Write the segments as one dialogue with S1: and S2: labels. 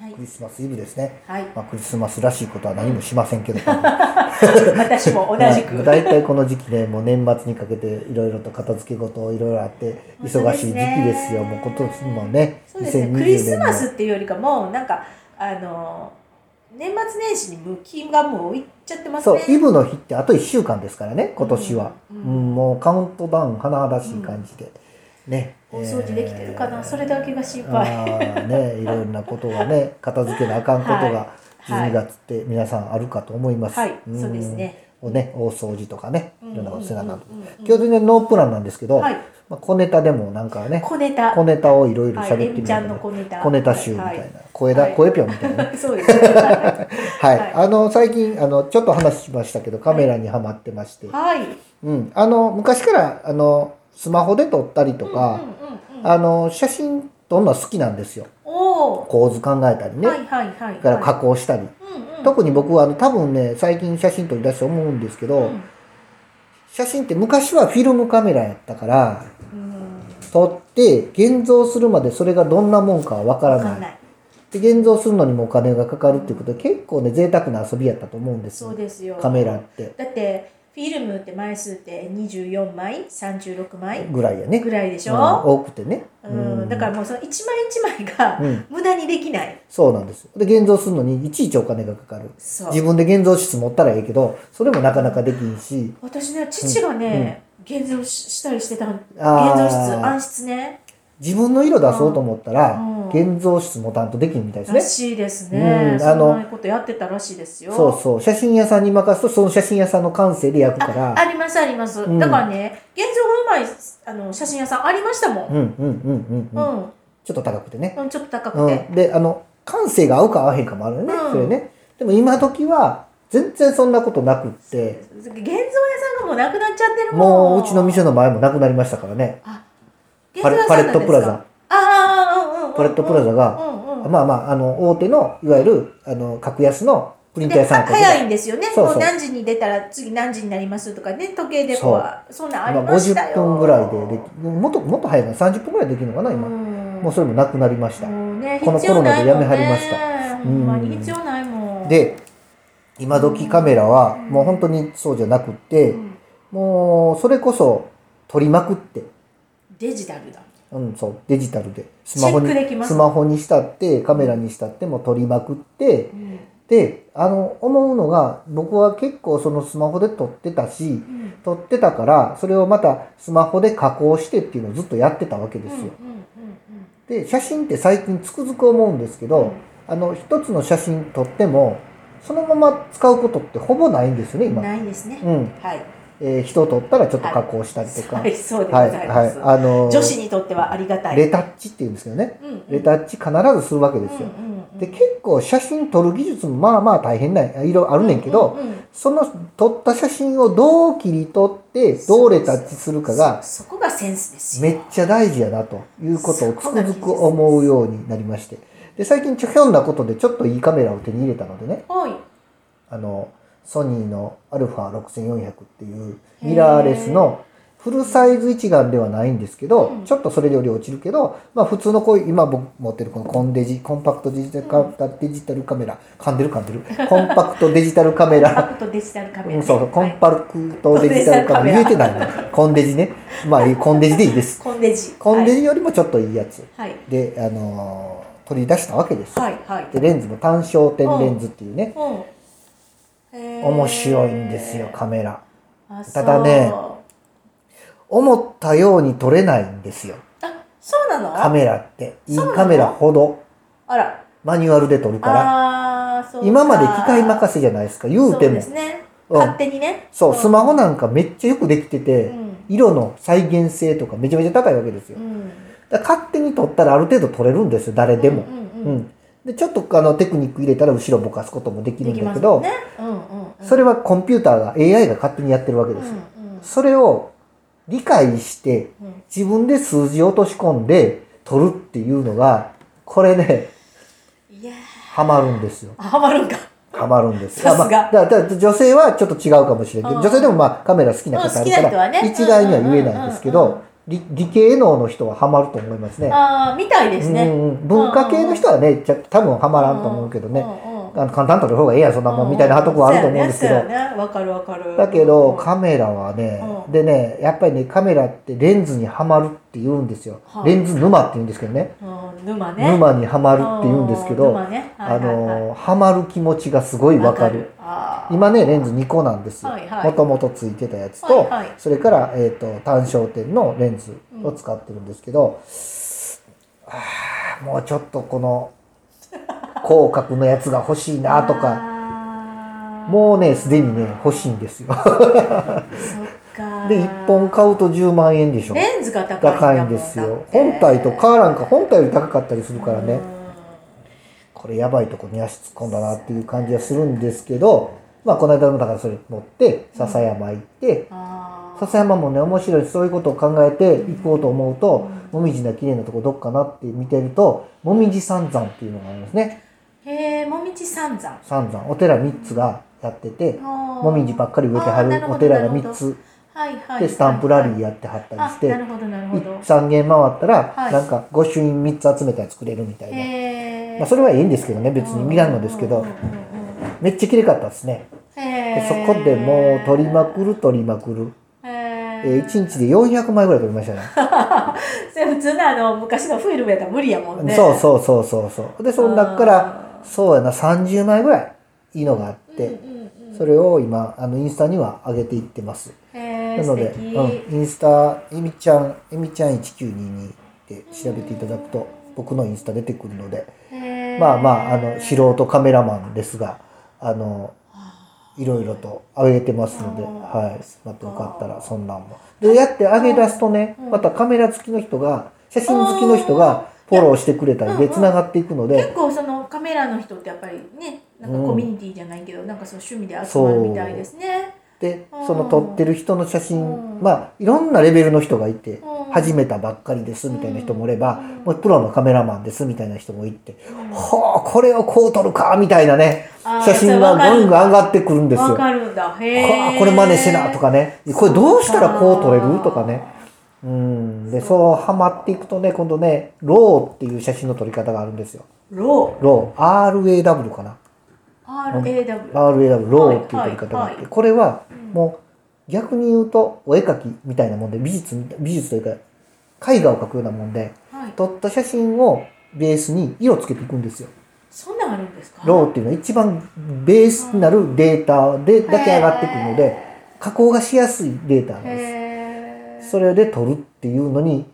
S1: はい
S2: クリスマスイブですね、
S1: はい
S2: まあ、クリスマスらしいことは何もしませんけど
S1: 私も 同じ く。
S2: 大体この時期ねもう年末にかけていろいろと片付け事をいろいろあって忙
S1: 本当
S2: し
S1: で
S2: い
S1: す
S2: 時期
S1: ね
S2: ですよもう今年もね
S1: そうです
S2: 2020
S1: ね。クリスマ
S2: 年
S1: ス
S2: も
S1: っていうよりかも、なんか、あの、年末年始に向きがもういっちゃってます
S2: そう
S1: ね。
S2: イブの日ってあと1週間ですからね今年は、
S1: う
S2: うんん
S1: うん
S2: もうカウントダウン甚だしい感じで、ね
S1: 大掃除できてるかな、
S2: えー
S1: それだけが心配。
S2: ああね、いろんなことがね、 片付けなあかんことが
S1: はい
S2: 12月って皆さんあるかと思います。
S1: はい、
S2: ん
S1: そうです。ね。
S2: をね、大掃除とかね、いろんなことせなあかんと。
S1: うんうんうんうん
S2: 今日全然ノープランなんですけど、
S1: はい
S2: まあ、小ネタでもなんかね、
S1: 小ネタ。
S2: 小ネタをいろいろ
S1: はい、
S2: 喋
S1: レ
S2: って
S1: ミ
S2: み
S1: ちゃ
S2: た
S1: ん
S2: り
S1: の
S2: ね
S1: 小ネタ。
S2: 小ネタ集みたいな、小枝、
S1: はい
S2: 小枝ぴょんみたいな
S1: は
S2: ね。
S1: い。 そうです。は
S2: はい、
S1: はい
S2: あの、最近、あの、ちょっと話しましたけど、カメラにはまってまして、
S1: い。
S2: うん、あの、昔から、あの、スマホで撮ったりとか、
S1: うんうんうんうん、
S2: あの、写真撮るのは好きなんですよ。
S1: おお、
S2: 構図考えたりね、
S1: はいはいはい。
S2: それから加工したり、
S1: うんうん、
S2: 特に僕はあの多分ね最近写真撮り出して思うんですけど、
S1: うん
S2: 写真って昔はフィルムカメラやったから
S1: うん、
S2: 撮って現像するまでそれがどんなもんかはわから
S1: わ
S2: ない
S1: かんない。
S2: で現像するのにもお金がかかるっていうことで結構ね贅沢な遊びやったと思うんです
S1: そ
S2: よ
S1: うですよ。
S2: カメラって
S1: だってフィルムって枚数って24枚36枚
S2: ぐらいやね
S1: ぐらいでし
S2: うん
S1: ょ、
S2: 多くてね、
S1: うんだからもうその一枚一枚が
S2: うん
S1: 無駄にできない、
S2: そうなんですよで現像するのにいちいちお金がかかる
S1: そう
S2: 自分で現像室持ったらええけどそれもなかなかできんし
S1: 私ね父がね、現像ししたりしてたん現
S2: あー
S1: 像室暗室ね
S2: 自分の色出そうと思ったら
S1: うん
S2: 現像室持たんとできんみたいです
S1: ら
S2: ね
S1: しいですね、
S2: うん
S1: そ
S2: あの
S1: んなことやってたらしいですよ
S2: そうそう写真屋さんに任すとその写真屋さんの感性で焼くか
S1: あ
S2: ら
S1: ありますあります、
S2: うん
S1: だからね現像がうまいあの写真屋さんありましたもん、
S2: う
S1: うん
S2: んうんうんうんうん
S1: うん
S2: ちょっと高くてね、
S1: ちょっと高くて、
S2: うん、であの感性が合うか合わへんかもあるよね、
S1: うん
S2: それねでも今時は全然そんなことなくって
S1: 現像屋さんがもうなくなっちゃってるもん
S2: もううちの店の前もなくなりましたからね
S1: あ、
S2: パレ
S1: 現像屋
S2: パレッ
S1: さんなんですか
S2: トプラザ。
S1: ああ、うんうんうん。
S2: パレットプラザが、
S1: うんうん。
S2: まあまああの大手のいわゆるあの格安のプリント
S1: で
S2: 屋さん
S1: は
S2: やったけど
S1: 早いんですよね。
S2: そうそう
S1: もう何時に出たら次何時になりますとかね、時計でこう、そんなんあり
S2: まあ
S1: ました
S2: 50
S1: よ。
S2: 分ぐらいでできもっともっと早いかな30分ぐらいできるのかな今、
S1: うん
S2: もうそれもなくなりました、
S1: もうね、
S2: この
S1: 必要ないもんね
S2: コロナでやめはりました
S1: ほんま
S2: う
S1: に
S2: ん
S1: 必要ないもん。
S2: で今時カメラは
S1: うん
S2: もう本当にそうじゃなくっ
S1: う
S2: て、
S1: ん、
S2: もうそれこそ撮りまくって、
S1: デジタルだ。
S2: うん、そうデジタルでスマホに
S1: チェックできます
S2: スマホにしたってカメラにしたってもう撮りまくって
S1: うん
S2: であの思うのが僕は結構そのスマホで撮ってたし
S1: うん
S2: 撮ってたからそれをまたスマホで加工してっていうのをずっとやってたわけですよ。
S1: うんうん
S2: で写真って最近つくづく思うんですけど、
S1: うん
S2: あの一つの写真撮ってもそのまま使うことってほぼないんですよね
S1: うんうん
S2: 今。
S1: ないですね。
S2: うん
S1: はい。
S2: えー人を撮ったらちょっと加工したりとか、
S1: はい、そうでご
S2: は
S1: ざ
S2: い
S1: い
S2: は
S1: ま
S2: い
S1: す。
S2: あのー
S1: 女子にとってはありがたい。
S2: レタッチっていうんですけどね
S1: うんうん
S2: レタッチ必ずするわけですよ、
S1: うんうんうん
S2: で結構写真撮る技術もまあまあ大変ないろあるねんけど、
S1: うんうん
S2: その撮った写真をどう切り取ってどうレタッチするかが
S1: そそこがセンスですよ
S2: めっちゃ大事やなということをつくづく思うようになりましてで最近ちょひょんなことでちょっといいカメラを手に入れたのでね
S1: はい
S2: あのソニーの α6400 っていうミラーレスのフルサイズ一眼ではないんですけど、
S1: うん
S2: ちょっとそれより落ちるけど、まあ、普通のこういう今僕持ってるこのコンデジコンパクトデジタルカ,、デジタルカメラ噛んでる噛んでるコンパクトデジタルカメ
S1: コンパ
S2: ラ
S1: クトデジタルカメ
S2: う
S1: ラ。
S2: んそうそうコ
S1: はい
S2: ンパクトデジタルカメラ言え
S1: コンデ
S2: て
S1: ジタ
S2: ないねコンデジねまあいいコンデジでいいです
S1: コンデジ。
S2: コンデジよりもちょっといいやつ
S1: はい。
S2: で、あのー取り出したわけですよ、
S1: はい。はい。はい
S2: でレンズも単焦点レンズっていうね、
S1: うん。へー
S2: 面白いんですよカメラ
S1: あそう
S2: ただね思ったように撮れないんですよ
S1: あ、そうなの
S2: カメラっていい
S1: そうなの
S2: カメラほど
S1: あら。
S2: マニュアルで撮るから
S1: ああ、そうか。
S2: 今まで機械任せじゃないですか言うて
S1: そう
S2: も
S1: ですね。
S2: うん
S1: 勝手にね。
S2: そうスマホなんかめっちゃよくできてて、
S1: うん
S2: 色の再現性とかめちゃめちゃ高いわけですよ
S1: う、ん。
S2: だから勝手に撮ったらある程度撮れるんですよ誰でも、
S1: うんうん
S2: う
S1: うん
S2: んでちょっとあのテクニック入れたら後ろぼかすこともできる
S1: で
S2: ん
S1: き
S2: だ
S1: ま
S2: け
S1: す
S2: ど、
S1: もんね。うんうんうん。
S2: それはコンピューターが AI が勝手にやってるわけ
S1: う
S2: で
S1: ん
S2: すよ、
S1: うん
S2: それを理解して
S1: うん
S2: 自分で数字落とし込んで取るっていうのがこれね
S1: いやー
S2: ハマるんですよ
S1: あハマるんか。
S2: ハマるんです
S1: さすが
S2: あまあだだだ女性はちょっと違うかもしれない、
S1: うん
S2: 女性でもまあカメラ好きな
S1: うん
S2: 方あ
S1: 好
S2: る
S1: き
S2: か
S1: な人
S2: ら、
S1: はね
S2: 一概には言えないんですけ
S1: うんうんうん
S2: ど、理理系能の人はハマると思いますね。
S1: ああみたいです
S2: う
S1: ね。
S2: んうん、文化系の人はね、じゃ多分はまらんと思うけどね、
S1: うんうん。
S2: あの簡単に取る方がええやんそんなもんみたいなとこはあると思うんですけど、
S1: そうやねそうやねわかるわかる。
S2: だけど
S1: うん
S2: カメラはね、
S1: うん
S2: でねやっぱりねカメラってレンズにはまるって言うんですよ、
S1: はい
S2: レンズ沼って言うんですけどね
S1: うん沼ね。
S2: 沼にはまるって言うんですけ
S1: う
S2: ど、
S1: 沼ねはい
S2: あ
S1: はいはい
S2: のはまる気持ちがすごいわかる。
S1: あー
S2: 今ねレンズ2個なんですよ
S1: はいはい
S2: もともとついてたやつと、
S1: はいはい
S2: それから、えー、と単焦点のレンズを使ってるんですけど、あーもうちょっとこの広角のやつが欲しいなとか
S1: か
S2: もうねすでにね欲しいんですよ
S1: そっか
S2: で1本買うと10万円でしょ
S1: レンズが高い
S2: 高い
S1: だも
S2: んです
S1: だっ
S2: よ
S1: て
S2: 本体とカーランか本体より高かったりするからね、
S1: うん
S2: これやばいとこに足突っ込んだなっていう感じはするんですけど、まあ、この間のだからそれ持って笹山行って、
S1: あー
S2: 笹山もね面白いそういうことを考えていこうと思うと、もみじの綺麗なとこどっかなって見てるともみじ三山っていうのがありますね
S1: へえもみじ三山
S2: 三山お寺3つがやってても
S1: も
S2: みじばっかり植えてはるお寺が3つ
S1: はいはいはい
S2: でスタンプラリーやってはったりして
S1: あなるほどなるほど
S2: 3軒回ったら
S1: はい
S2: なんか御朱印3つ集めたら作れるみたいな、
S1: へえ
S2: まあ、それはいいんですけどね別に見らんのですけどめっちゃ綺麗かったですねでそこでもう撮りまくる撮りまくる、え
S1: え
S2: ー、1日で400枚ぐらい撮りましたね
S1: それ普通のあの昔のフィルムやったら無理やもんね
S2: そうそうそうそうそうでその中からそうやな30枚ぐらいいいのがあって、
S1: うんうん
S2: それを今あのインスタには上げていってます
S1: へえ
S2: なの
S1: 素
S2: で、
S1: 敵
S2: うん、インスタえみちゃんえみちゃん1922って調べていただくと僕のインスタ出てくるので
S1: へー
S2: まあまああの素人カメラマンですがあのいろいろと上げてますので、
S1: あー
S2: はい、またよかったらそんなんも。でやって上げ出すとね
S1: うん
S2: またカメラ好きの人が写真好きの人がフォローしてくれたり
S1: うんう
S2: で
S1: ん
S2: つながっていくので
S1: 結構そのカメラの人ってやっぱりねなんか
S2: うん
S1: コミュニティじゃないけど、なんかその趣味で集まるみたいですね。
S2: で
S1: うん
S2: その撮ってる人の写真
S1: うん
S2: まあいろんなレベルの人がいて
S1: うん
S2: 始めたばっかりですみたいな人もおれば
S1: うん
S2: もうプロのカメラマンですみたいな人もいて
S1: うん
S2: ほうこれをこう撮るかみたいなね
S1: あー
S2: 写真が
S1: わか
S2: ぐ
S1: る
S2: んぐん上がってくるんです
S1: わ
S2: よ。
S1: かるんだ。
S2: は
S1: へ
S2: あ
S1: え。
S2: これ真似してなとかねこれどうしたらこう撮れるとかねうんでそうハマっていくとね今度ねローっていう写真の撮り方があるんですよ
S1: ロ
S2: ロー RAW かな
S1: ー R A W。
S2: RAW ローっていう撮り方があっ
S1: はいはい
S2: て
S1: はい
S2: これはもう逆に言うとお絵描きみたいなもんで美術みたい美術というか絵画を描くようなもんで
S1: はい。
S2: 撮った写真をベースに色をつけていくんですよ
S1: そんなんあるんですか。
S2: ローっていうのは一番ベースになるデータでだけ上がってくるので加工がしやすいデータなん
S1: へ
S2: です
S1: え。
S2: それで取るっていうのに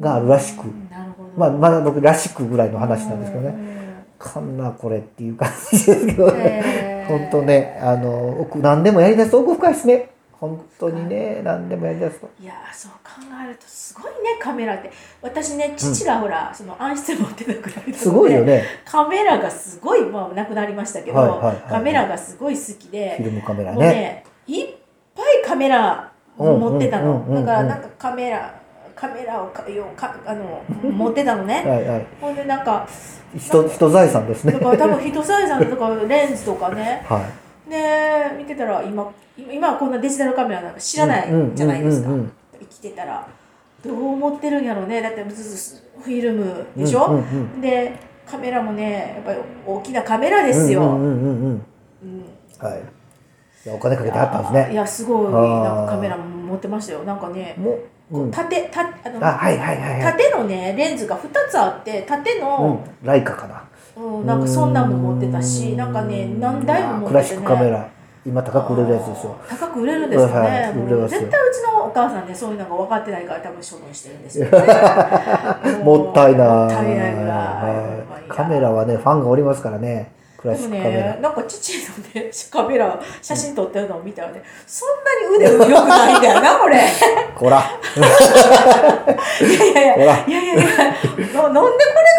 S2: があるらしく、
S1: うんなるほど。
S2: まあ、まだ僕らしくぐらいの話なんですけどね、
S1: ね。
S2: こんなこれっていう感じですけどね、
S1: へー
S2: 本当。ね、あの、奥、何でもやりだすと奥深いですね。本当にね、何でもやりだすと。
S1: いやーそう考えるとすごいねカメラって私ね父がほら、その暗室持ってたくらいなのです
S2: ごいよね、
S1: カメラがすごいまあなくなりましたけど、
S2: はいはいはいはい
S1: カメラがすごい好きで
S2: フィルムカメラ
S1: もうね
S2: ね。
S1: いっぱいカメラを持ってたの、
S2: うんうんうんうん
S1: だからなんかカメラカメラをかよかあの持ってたの ね、
S2: はいはい。
S1: ほんでなんか
S2: 人、人財産です
S1: だ
S2: ね。
S1: から多分人サイズとかレンズとかね
S2: はい。
S1: で見てたら今今はこんなデジタルカメラなんか知らないじゃないですか
S2: うんうんうんうん
S1: 生きてたらどう思ってるんやろうねだってずっとフィルムでしょ、
S2: うんうんうん
S1: でカメラもねやっぱり大きなカメラですよ、
S2: うんうんうんうん
S1: うん
S2: うん。はい。いやお金かけてあったんです
S1: い
S2: ね。
S1: やすごい
S2: あー
S1: なんかカメラも持ってましたよなんかね
S2: もう、うん。あ、
S1: 縦たあの
S2: はいはいはいはい。
S1: 縦のねレンズが2つあって縦
S2: う
S1: の、
S2: ん。ライカかな。
S1: うんなんかそんなんも持ってたしなんかね何台も持ってて、ね、
S2: クラシックカメラ今高く売れるやつですよ
S1: あー高く売れるんですかね、
S2: はい売れ
S1: も
S2: ま
S1: う
S2: すよ、
S1: 絶対うちのお母さんねそういうのが分かってないから多分処分してるんですよ、ね
S2: もったいない
S1: もったいないぐらい
S2: はいカメラはねファンがおりますからねクラ
S1: で
S2: シッ
S1: も
S2: クカメラ
S1: ね、なんか父のね、カメラ、写真撮ってるのを見たらね、そんなに腕良くないんだよな、これ。い
S2: こら
S1: やいやいや、
S2: ほら
S1: いやいやいや、ななんでこれ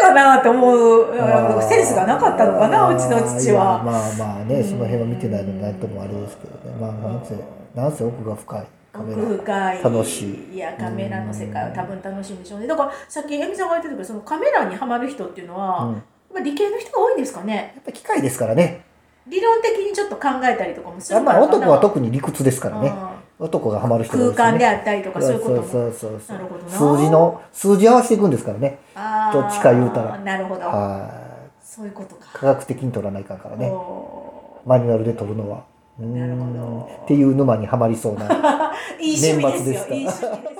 S1: かなと思う
S2: あ
S1: あ
S2: ー
S1: のセンスがなかったのかな、うちの父
S2: いや
S1: は。
S2: まあまあねその辺は見てないので何ともあれですけどねまあなんせなんせ奥が深いカメ
S1: 奥
S2: ラ
S1: 深い。
S2: 楽しい。
S1: いや、カメラの世界は多分楽しいんでしょうね。だから、さっきエミさんが言ってたけど、そのカメラにハマる人っていうのは、
S2: うん
S1: やっぱ理系の人が多いんですかね。
S2: やっぱ機械ですからね
S1: 理論的にちょっと考えたりとかもする
S2: ま
S1: から
S2: あ
S1: かな。
S2: 男は特に理屈ですからね
S1: うん
S2: 男がハマる人が多い
S1: 空
S2: ですね
S1: 間であったりとかそういうことも
S2: そうそうそう
S1: なるほどな
S2: 数字の数字合わせていくんですからね
S1: あ
S2: どっちか言うたら
S1: ーなるほど、
S2: は
S1: そういうこと
S2: い
S1: か、
S2: 科学的に取らないかんからね
S1: お
S2: マニュアルで取るのはうー
S1: なるほ
S2: ん
S1: ど
S2: っていう沼にはまりそうな
S1: ーいい趣味で
S2: 年
S1: すよ
S2: 末で
S1: いい趣味です